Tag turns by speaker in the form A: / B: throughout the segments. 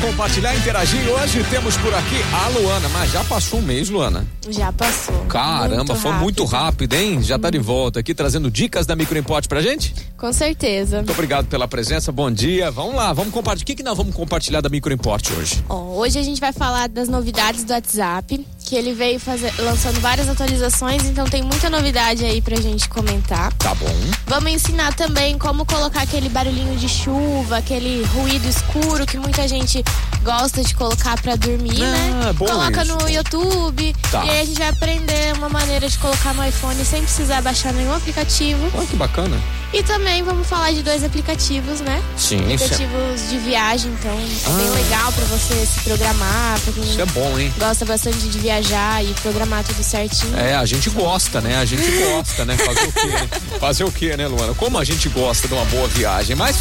A: compartilhar, interagir. E hoje temos por aqui a Luana, mas já passou um mês, Luana.
B: Já passou.
A: Caramba,
B: Muito
A: foi muito rápido, hein? Já tá de volta aqui trazendo dicas da Microimporte pra gente.
B: Com certeza.
A: Muito obrigado pela presença, bom dia. Vamos lá, vamos compartilhar. O que, que nós vamos compartilhar da Microimporte hoje?
B: Ó, hoje a gente vai falar das novidades do WhatsApp, que ele veio fazer- lançando várias atualizações, então tem muita novidade aí pra gente comentar.
A: Tá bom.
B: Vamos ensinar também como colocar aquele barulhinho de chuva, aquele ruído escuro que muita gente gosta de colocar pra dormir,
A: Ah,
B: né?
A: bom
B: Coloca
A: isso.
B: no YouTube.
A: Tá.
B: E aí a gente vai aprender uma maneira de colocar no iPhone sem precisar baixar nenhum aplicativo.
A: Olha que bacana.
B: E também vamos falar de dois aplicativos, né?
A: Sim, isso é,
B: aplicativos de viagem, então é
A: Ah.
B: bem legal pra você se programar, pra quem
A: isso é bom, hein?
B: gosta bastante de viajar e programar tudo certinho.
A: É, a gente gosta, né? A gente gosta, né? Fazer o quê? né? Fazer o quê, né, Luana? Como a gente gosta de uma boa viagem, mas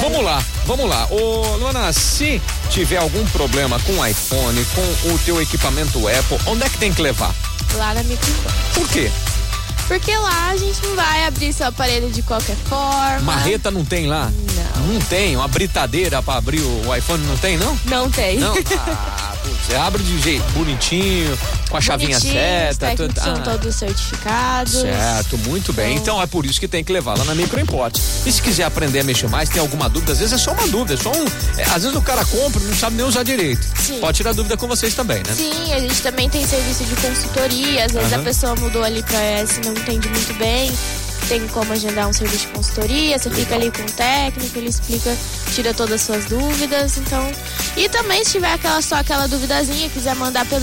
A: vamos lá, vamos lá. Ô, Luana, se tiver algum problema com o iPhone, com o teu equipamento Apple, onde é que tem que levar?
B: Lá na microinfância.
A: Por quê?
B: Porque lá a gente não vai abrir seu aparelho de qualquer forma.
A: Marreta não tem lá?
B: Não.
A: Não tem, uma britadeira pra abrir o iPhone não tem, não?
B: Não tem.
A: Não? Ah, putz, você abre de jeito bonitinho, com a chavinha
B: Bonitinho, um Os
A: certa.
B: técnicos
A: tudo-
B: são
A: ah.
B: todos certificados.
A: Certo, muito bem. Então é por isso que tem que levar lá na Microimporte. E se quiser aprender a mexer mais, tem alguma dúvida, às vezes é só uma dúvida, é só um. é, às vezes o cara compra e não sabe nem usar direito.
B: Sim.
A: Pode tirar dúvida com vocês também, né?
B: Sim, a gente também tem serviço de consultoria. Às vezes
A: Aham.
B: a pessoa mudou ali pra S não entende muito bem. Tem como agendar um serviço de consultoria, você fica ali com o técnico, ele explica, tira todas as suas dúvidas, então. E também se tiver aquela, só aquela duvidazinha, quiser mandar pelo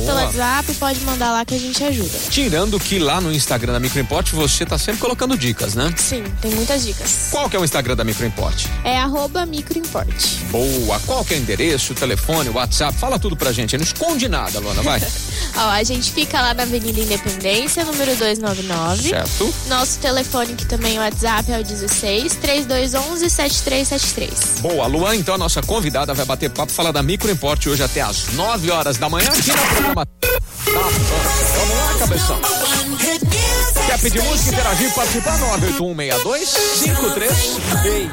A: Boa.
B: pelo WhatsApp, pode mandar lá que a gente ajuda.
A: Tirando que lá no Instagram da Microimporte você tá sempre colocando dicas, né?
B: Sim, tem muitas dicas.
A: Qual que é o Instagram da Microimporte?
B: É arroba microimporte.
A: Boa. Qual que é o endereço, telefone, WhatsApp? Fala tudo pra gente. Não esconde nada, Luana, vai.
B: Ó, a gente fica lá na Avenida Independência, número 299.
A: certo.
B: Nosso telefone, que também é o WhatsApp, é o 16 3211 7373.
A: Boa, Luan, então a nossa convidada vai bater papo, falar da Microimporte hoje até às 9 horas da manhã aqui no programa. Tá bom. Vamos lá, cabeção. um, Quer pedir música, interagir, participar? 98162 53